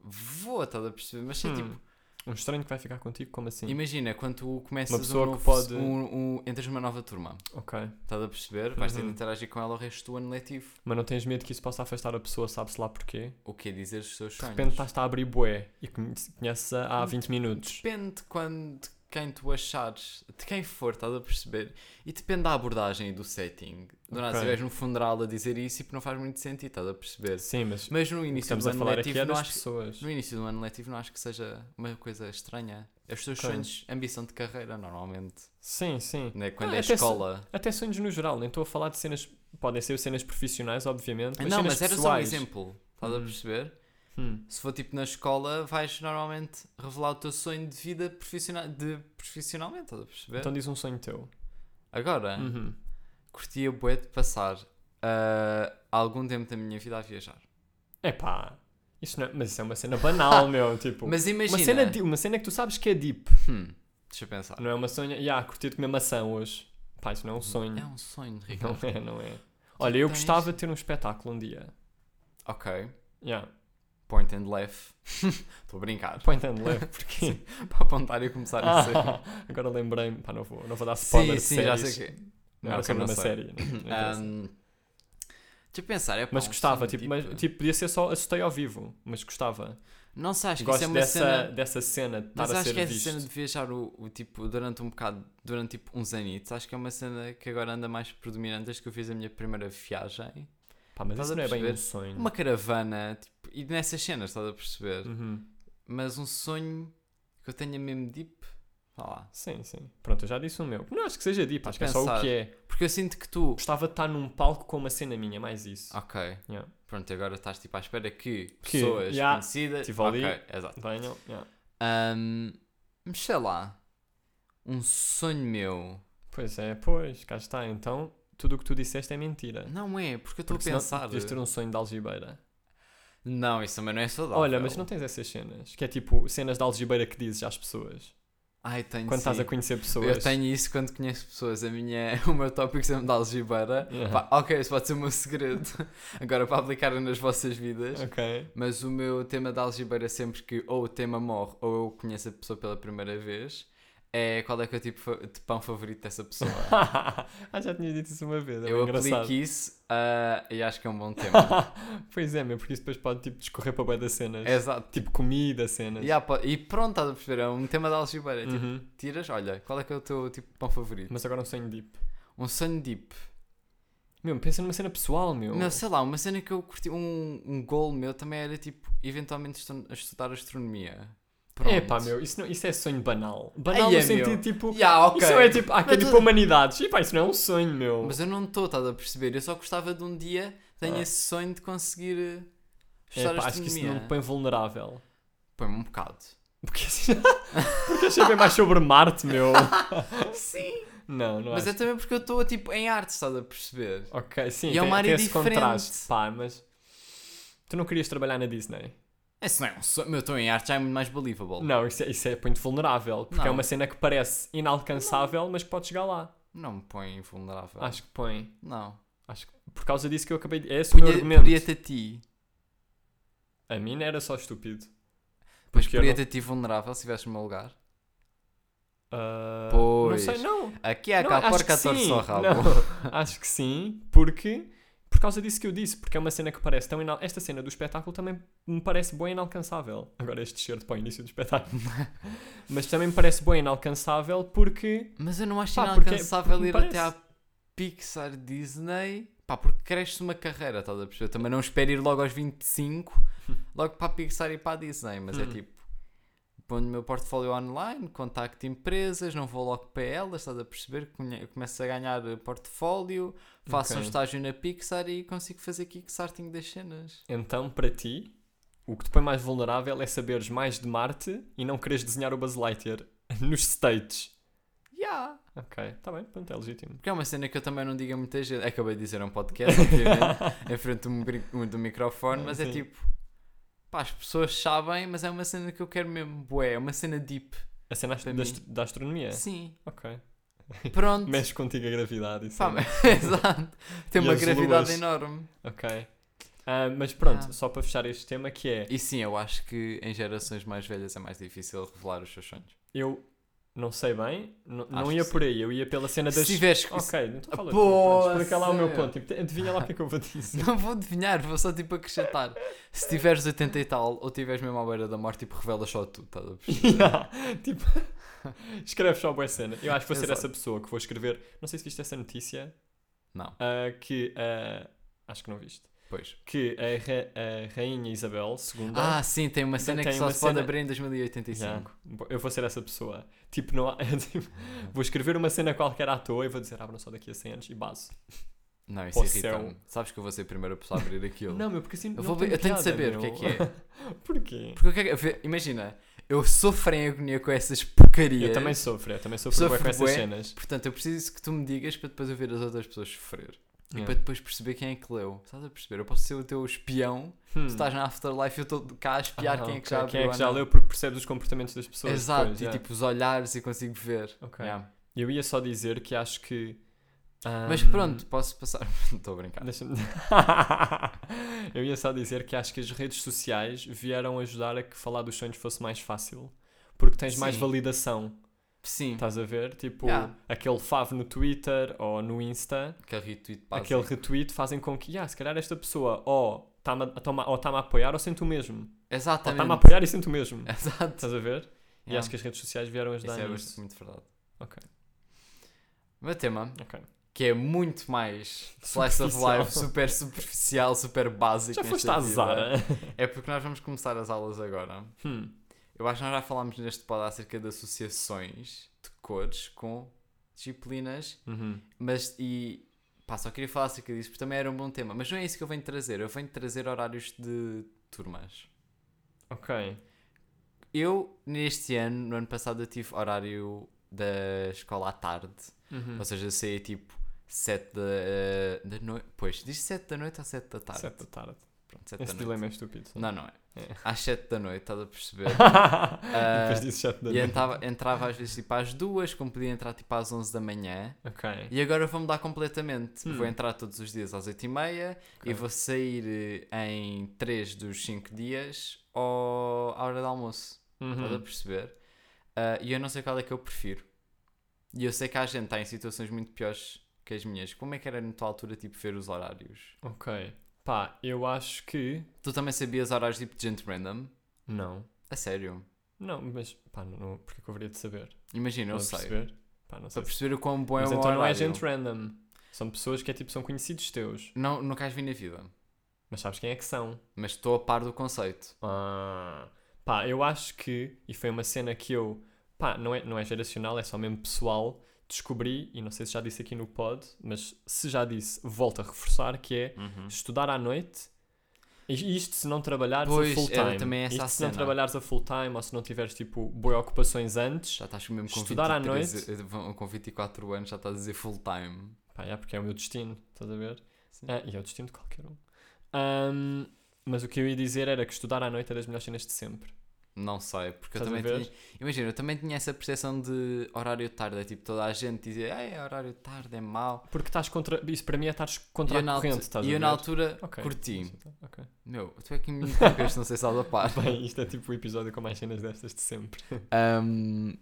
vou, estás a perceber? Mas é hum. tipo, Um estranho que vai ficar contigo, como assim? imagina, quando tu começas Uma pessoa um novo, que pode- um, um- entras numa nova turma, Ok. estás a perceber? Vais ter de Uhum. interagir com ela o resto do ano letivo. Mas não tens medo que isso possa afastar a pessoa, sabe-se lá porquê? O que é dizer os seus De sonhos? repente estás a abrir bué e conhe- conheces há 20 minutos. Depende quando, de quem tu achares, de quem for, estás a perceber? E depende da abordagem e do setting. Do nada, Ok. se vais num funeral a dizer isso, tipo, não faz muito sentido, estás a perceber? Sim, mas Mas no início estamos do a ano falar aqui letivo, é não das acho, pessoas. No início do ano letivo não acho que seja uma coisa estranha. É os teus Ok. sonhos, ambição de carreira, normalmente. Sim, sim. Né? Quando Ah, é até se- escola. Até sonhos no geral, nem estou a falar de cenas. Podem ser cenas profissionais, obviamente. Mas não, cenas mas era só um pessoais. exemplo. Estás a Uhum. perceber? Hum, Se for tipo na escola, vais normalmente revelar o teu sonho de vida profissional, de profissionalmente, estás a perceber? Então diz um sonho teu. Agora, Uhum. curtia bué de passar ah, algum tempo da minha vida a viajar. Epá. Isso não é... Mas isso é uma cena banal, meu. Tipo, Mas imagina, uma, cena, di- uma cena que tu sabes que é deep. Hum, deixa eu pensar. Não é uma sonha. Ya, curti de comer maçã hoje. Pá, isso não é um sonho. É um sonho, Não Ricardo. é, não é. Olha, eu tens- gostava de ter um espetáculo um dia. Ok, Yeah. point and left. Estou a brincar. Point and left, porque Para apontar e começar a ser. Ah, agora lembrei-me, pá, não vou, não vou dar spoiler de séries. que. Não era Ok, sobre não sei. uma Ah, série. não- não interessa. Ahm, deixa eu pensar, é pá, mas um gostava, som tipo, mas, tipo, podia ser só assustei ao vivo, mas gostava. Não sei, acho que isso Gosto é uma dessa, cena. dessa cena de estar Mas a acho ser que essa visto. cena de viajar o, o tipo durante um bocado, durante tipo uns anitos, acho que é uma cena que agora anda mais predominante desde que eu fiz a minha primeira viagem. Pá, mas Estás isso a não é bem um perceber? sonho. Uma caravana, tipo, e nessas cenas, estás a perceber? Uhum. Mas um sonho que eu tenha mesmo deep, vá lá. Sim, sim. Pronto, eu já disse o meu. Não acho que seja Tá deep, acho que é só o pensar. que é. Porque eu sinto que tu. Gostava de estar num palco com uma cena minha, mais isso. Ok. Yeah. Pronto, agora estás tipo à espera que, Que, pessoas yeah, conhecidas. estive ali. Ok, exato. Venham. yeah. Ahm, mas sei lá, um sonho meu. Pois é, pois, cá está. Então, tudo o que tu disseste é mentira. Não é, porque eu estou a Porque senão pensar. devias ter um sonho de algibeira. Não, isso também não é saudável. Olha, mas não tens essas cenas, que é tipo cenas de algibeira que dizes às pessoas. Ai, tenho Quando estás sim. a conhecer pessoas. Eu tenho isso quando conheço pessoas. A minha, é o meu tópico sempre da algibeira. Yeah. Pá, ok, isso pode ser o meu segredo. Agora, para aplicarem nas vossas vidas. Ok. Mas o meu tema da algibeira sempre que ou o tema morre ou eu conheço a pessoa pela primeira vez é qual é que é o tipo fa- de pão favorito dessa pessoa. ah, já tinha dito isso uma vez. É eu bem engraçado. aplico isso ah, e acho que é um bom tema. pois é, meu, porque isso depois pode tipo discorrer para bem das cenas. Exato. Tipo comida, cenas. Yeah, pá, e pronto, estás a perceber? É um tema da algibeira. é Tipo, Uhum. tiras, olha, qual é que é o teu tipo de pão favorito? Mas agora um sonho deep. Um sonho deep. Meu, pensa numa cena pessoal, meu. Meu, sei lá, uma cena que eu curti, um, um gol meu também era tipo, eventualmente estu- estudar astronomia. Pronto. É pá, meu, isso, não, isso é sonho banal. Banal Ai, é, no sentido meu. tipo. Ya, ok. Isso é tipo. Há aqui Mas tipo tu- humanidades. E pá, isso não é um sonho, meu. Mas eu não estou, estás a perceber? Eu só gostava de um dia tenho Ah. esse sonho de conseguir eh, é estudar pá, acho que isso astronomia. não te põe vulnerável. Põe-me um bocado. Porque, assim, porque achei bem mais sobre Marte, meu. Sim. Não, não Mas acho. é também porque eu estou tipo em arte, estás a perceber? Ok, sim, E é tem, uma área tem esse diferente. contraste. Pá, mas. Tu não querias trabalhar na Disney? Esse não é um sonho. Meu, estou em arte já é muito mais believable. Não, isso é, isso é põe-te vulnerável. Porque é Não. uma cena que parece inalcançável, mas pode chegar lá. Não me põe vulnerável. Acho que põe. Não. Acho que por causa disso que eu acabei de. É esse o meu Podia- argumento. Podia-te a ti. A mim era só estúpido. Mas Porque eu não- podia-te a ti vulnerável se estivesse no meu lugar. Ah, Pois. Não sei, não. Aqui é Não, cá a acho porca que torce sim. o rabo. Não, acho que sim, porque por causa disso que eu disse, porque é uma cena que parece tão inal... esta cena do espetáculo também me parece boa inalcançável. Agora este shirt para o início do espetáculo. Mas também me parece boa inalcançável porque Mas eu não acho Pá, porque- inalcançável porque me ir parece. até à Pixar Disney. Pá, porque cresce uma carreira, estás a perceber? Eu Também não espero ir logo aos 25, logo para a Pixar e para a Disney, mas Hum. é tipo. Ponho o meu portfólio online, contacto empresas, não vou logo para elas, estás a perceber? Conhe- Começo a ganhar eh, portfólio, faço um Ok. estágio na Pixar e consigo fazer kickstarting das cenas. então para ti o que te põe mais vulnerável é saberes mais de Marte e não quereres desenhar o Buzz Lightyear nos States. Yeah. Ok, está bem, pronto, é legítimo. Porque é uma cena que eu também não digo a muita gente. Acabei de dizer a um podcast, obviamente, em frente do, micri- do microfone, mas é Sim. tipo. Pá, as pessoas sabem, mas é uma cena que eu quero mesmo. Bué, é uma cena deep. A cena ast- Para da, mim. ast- da astronomia? Sim. Ok. Pronto. Mexe contigo a gravidade. Isso Pá, é- mas- Exato. Tem E uma as gravidade luas. enorme. Ok. Ah, mas pronto, Ah. só para fechar este tema que é, E sim, eu acho que em gerações mais velhas é mais difícil revelar os seus sonhos. eu não sei bem, n- não Acho ia que por aí, eu ia pela cena das... Se tiveres. Ok, então fala tu, Pô, pronto, explica lá o meu sério? ponto, tipo, adivinha lá o que é que eu vou dizer. Não vou adivinhar, vou só tipo acrescentar. Se tiveres 80 e tal, ou tiveres mesmo à beira da morte, tipo, revelas só tu, estás a perceber? Yeah, tipo, escreve só a boa cena. Eu acho que vou ser Exato. essa pessoa que vou escrever, não sei se viste essa notícia, Não, ah, que, ah, acho que não viste, pois. que a, re- a rainha Isabel II... Ah, sim, tem uma cena Então- tem que só uma se cena- pode abrir em 2085. Yeah. Eu vou ser essa pessoa. Tipo, não há- tipo, Uhum. vou escrever uma cena qualquer à toa e vou dizer abram só daqui a 100 anos e base. Não, isso Oh, irrita-me. céu. Sabes que eu vou ser a primeira pessoa a abrir aquilo. Não, meu, porque assim. eu, vou ver- eu tenho de saber o que é que é. Porquê? Porque eu quero- eu ve- imagina, eu sofro em agonia com essas porcarias. Eu também sofro, eu também sofro, é Sofro bué com essas bué. cenas. Portanto, eu preciso que tu me digas para depois eu ver as outras pessoas sofrer. E Yeah. para depois perceber quem é que leu. Estás a perceber? Eu posso ser o teu espião. Hum. Se estás na Afterlife, eu estou cá a espiar Ah, quem é que ok, já abriu. quem é ou que já não. leu porque percebes os comportamentos das pessoas. Exato, depois, e yeah. tipo os olhares e consigo ver. Ok. Hum. Yeah. Eu ia só dizer que acho que. Mas ahm, pronto, posso passar. Estou a brincar. deixa-me- eu ia só dizer que acho que as redes sociais vieram ajudar a que falar dos sonhos fosse mais fácil. Porque tens mais Sim. validação. Sim, Estás a ver? Tipo, Yeah. aquele fav no Twitter ou no Insta, aquele retweet básico. aquele retweet fazem com que, ah, se calhar esta pessoa ou está-me a, toma- ou tá-me a apoiar ou sente o mesmo. Ou Exatamente. está-me Tá, a apoiar e sente o mesmo. Exato. Estás a ver? E É. Yeah. acho que as redes sociais vieram Isso ajudar é nisso. muito verdade. Ok. O meu tema, Ok. que é muito mais slice of Superficial. life, super superficial, super básico. Já nesta foste à vida, Zara. É porque nós vamos começar as aulas agora. Hum. Eu acho que nós já falámos neste pod acerca de associações de cores com disciplinas, Uhum. mas e pá, só queria falar acerca disso porque também era um bom tema. Mas não é isso que eu venho trazer, eu venho trazer horários de turmas. Ok. Eu, neste ano, no ano passado, eu tive horário da escola à tarde. Uhum. Ou seja, eu saía tipo 7 da, da noite. Pois, diz 7 da noite ou 7 da tarde? Sete da tarde. Pronto, 7 Esse da noite. dilema é estúpido. Não, não é. É. Às 7 da noite, estás a perceber? Ah, e depois disse sete da e é noite. entrava, entrava às vezes tipo às 2, como podia entrar tipo às 11 da manhã. Ok. E agora eu vou mudar completamente. Hum. Vou entrar todos os dias às 8 e meia Ok. e vou sair eh, em 3 dos 5 dias ou à hora do almoço. Estás a Uhum. perceber? Ah, e eu não sei qual é que eu prefiro. E eu sei que a gente está em situações muito piores que as minhas. Como é que era na tua altura, tipo, ver os horários? Ok. Pá, eu acho que. Tu também sabias horários, tipo, de gente random? Não. A sério? Não, mas pá, não, não, porque é que eu haveria de saber? Imagina, eu Estás sei. a perceber? Pá, não Para sei. perceber o quão bom é Mas o então horário. não é gente random. São pessoas que é tipo, são conhecidos teus. Não, nunca as vi na vida. Mas sabes quem é que são. Mas estou a par do conceito. Ah. Pá, eu acho que, e foi uma cena que eu, pá, não é, não é geracional, é só mesmo pessoal, descobri, e não sei se já disse aqui no pod, mas se já disse, volto a reforçar, que é estudar à noite, e isto se não trabalhares Pois, a full era time. também essa isto a se não cena. trabalhares é a full time, ou se não tiveres, tipo, boas ocupações antes, Já estás mesmo com Estudar à 23 eh, vão- com 24 anos, já estás a dizer full time. Pá, é porque é o meu destino, estás a ver? Ah, e é o destino de qualquer um. Ahm, mas o que eu ia dizer era que estudar à noite é das melhores cenas de sempre. Não sei, porque eu Estás a também ver? tinha. Imagina, eu também tinha essa percepção de horário tarde. É tipo, toda a gente dizia, "Ei, horário tarde é mau. Porque estás contra. Isso para mim é estares E contra eu a na, corrente, altu- estás e a eu ver? na altura Ok. curti. Ok. Meu, tu é que me interrogas, não sei se estás a par. Bem, isto é tipo o episódio com mais cenas destas de sempre. Ahm,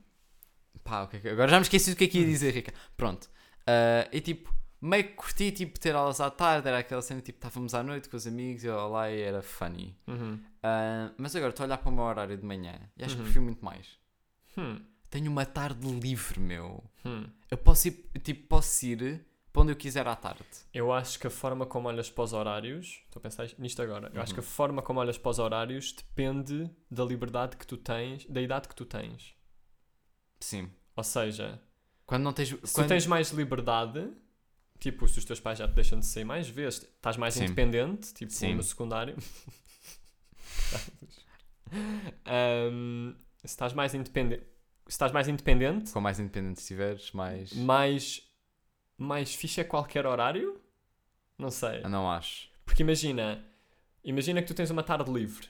pá, o que é que- agora já me esqueci do que é que ia dizer, Rica. Pronto. Ah, e tipo, meio que curti tipo, ter aulas à tarde, era aquela cena tipo, estávamos à noite com os amigos e lá e era funny. Uhum. Ah, mas agora estou a olhar para o meu horário de manhã e acho Uhum. que prefiro muito mais. Hum, Tenho uma tarde livre, meu. hum. Eu posso ir, tipo, posso ir para onde eu quiser à tarde. Eu acho que a forma como olhas para os horários. Estou a pensar isto- nisto agora. Eu Uhum. acho que a forma como olhas para os horários depende da liberdade que tu tens, da idade que tu tens. Sim. Ou seja, Quando não tens. Se quando... tu tens mais liberdade, tipo, se os teus pais já te deixam de sair mais vezes, estás mais Sim. independente, tipo, Sim. no secundário. Ahm, se estás mais independente, se estás mais independente, Quanto mais independente estiveres, mais. mais mais fixe é qualquer horário? Não sei. Ah, Não acho. Porque imagina, imagina que tu tens uma tarde livre.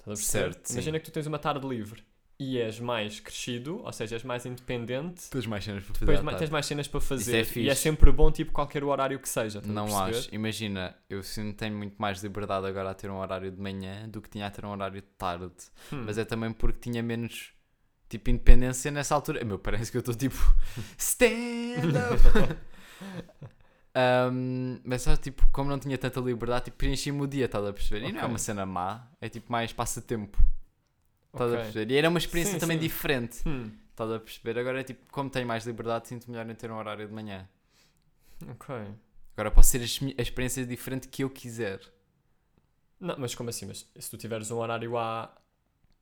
Estás a perceber? Certo, sim. Imagina que tu tens uma tarde livre e és mais crescido, ou seja, és mais independente Tens mais cenas para fazer. depois à ma- tarde. tens mais cenas para fazer. fixe. E é sempre bom, tipo, qualquer horário que seja. estás a Não perceber? acho. Imagina, eu sinto que tenho muito mais liberdade agora a ter um horário de manhã do que tinha a ter um horário de tarde. Hum. Mas é também porque tinha menos, tipo, independência nessa altura. Meu, parece que eu estou tipo. Stand up! Um, mas só tipo, como não tinha tanta liberdade, tipo, preenchi-me o dia, estás a perceber? E não é Ok. uma cena má, é tipo mais passatempo, estás a Ok. perceber? E era uma experiência Sim, também sim. diferente, Hum, estás a perceber? Agora é tipo, como tenho mais liberdade, sinto melhor em ter um horário de manhã. Ok. Agora posso ter as mi- a experiência diferente que eu quiser. Não, mas como assim? Mas se tu tiveres um horário à.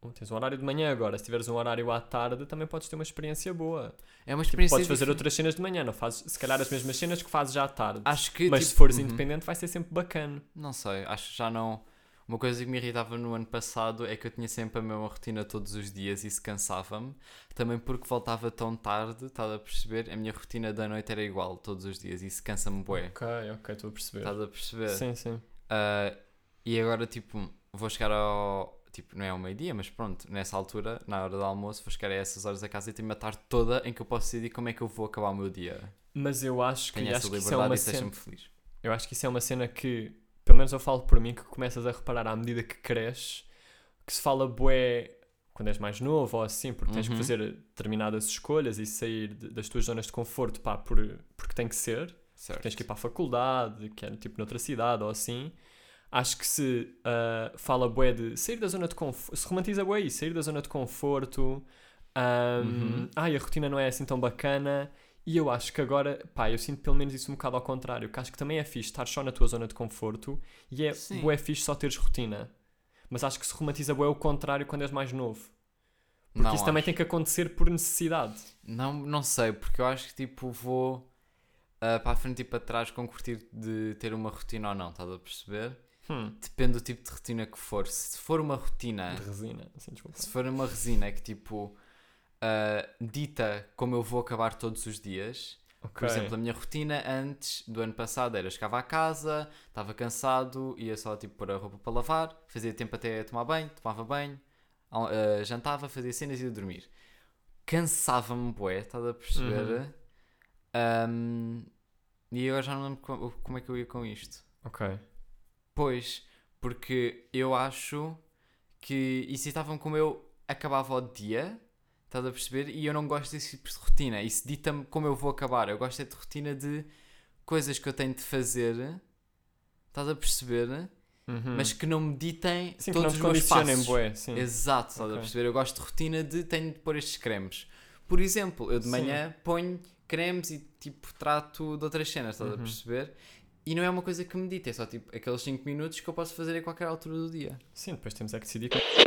um- Tens um horário de manhã agora. Se tiveres um horário à tarde, também podes ter uma experiência boa. É uma Tipo, experiência. podes fazer diferente. outras cenas de manhã, não fazes, se calhar, as mesmas cenas que fazes já à tarde. Acho que. mas tipo, se fores uhum. independente, vai ser sempre bacana. Não sei, acho que já não. Uma coisa que me irritava no ano passado é que eu tinha sempre a mesma rotina todos os dias e isso cansava-me. Também porque voltava tão tarde, estás a perceber? A minha rotina da noite era igual todos os dias e isso cansa-me bué. Ok, ok, estou Tá a perceber. Estás a perceber? Sim, sim. Ah, e agora, tipo, vou chegar ao. Tipo, não é ao meio-dia, mas pronto, nessa altura, na hora do almoço, vou chegar a essas horas a casa e tenho uma tarde toda em que eu posso decidir como é que eu vou acabar o meu dia. Mas eu acho que, Tenho essa acho que isso é liberdade uma e isso cena. deixa-me feliz. Eu acho que isso é uma cena que, pelo menos eu falo por mim, que começas a reparar à medida que cresces, que se fala bué quando és mais novo ou assim, porque tens que Uhum. fazer determinadas escolhas e sair de- das tuas zonas de conforto, pá, por, porque tem que ser, Certo. tens que ir para a faculdade, que é tipo noutra cidade ou assim. Acho que se ah, fala bué de sair da zona de conforto, se romantiza bué isso, sair da zona de conforto, ahm, Uhum. ai, a rotina não é assim tão bacana. E eu acho que agora, pá, eu sinto pelo menos isso um bocado ao contrário, que acho que também é fixe estar só na tua zona de conforto e é Sim. bué fixe só teres rotina. Mas acho que se romantiza bué o contrário quando és mais novo. Porque Não isso também acho. tem que acontecer por necessidade. Não, não sei, porque eu acho que tipo vou ah, para a frente e para trás com curtir de ter uma rotina ou não, estás a perceber? Hum. Depende do tipo de rotina que for. Se for uma rotina, De resina, assim, desculpa. se for uma resina que tipo ah, dita como eu vou acabar todos os dias, por Ok. exemplo, a minha rotina antes do ano passado era chegava a casa, estava cansado, ia só tipo pôr a roupa para lavar, fazia tempo até tomar banho, tomava banho, al- eh, jantava, fazia cenas e ia dormir. Cansava-me, bué, estás a perceber? Ahm, e agora já não lembro co- como é que eu ia com isto. Ok. Pois, porque eu acho que excitava-me como eu acabava o dia, estás a perceber? E eu não gosto desse tipo de rotina. Isso dita-me como eu vou acabar. Eu gosto é de rotina de coisas que eu tenho de fazer, estás a perceber? Uhum. Mas que não me ditem Sim, todos os que não te meus condicionem, passos. bué, sim. Exato, estás a Ok. perceber? Eu gosto de rotina de tenho de pôr estes cremes. Por exemplo, eu de Sim. manhã ponho cremes e tipo trato de outras cenas, estás Uhum. a perceber? E não é uma coisa que me dita, é só tipo aqueles 5 minutos que eu posso fazer a qualquer altura do dia. Sim, depois temos é que decidir. como-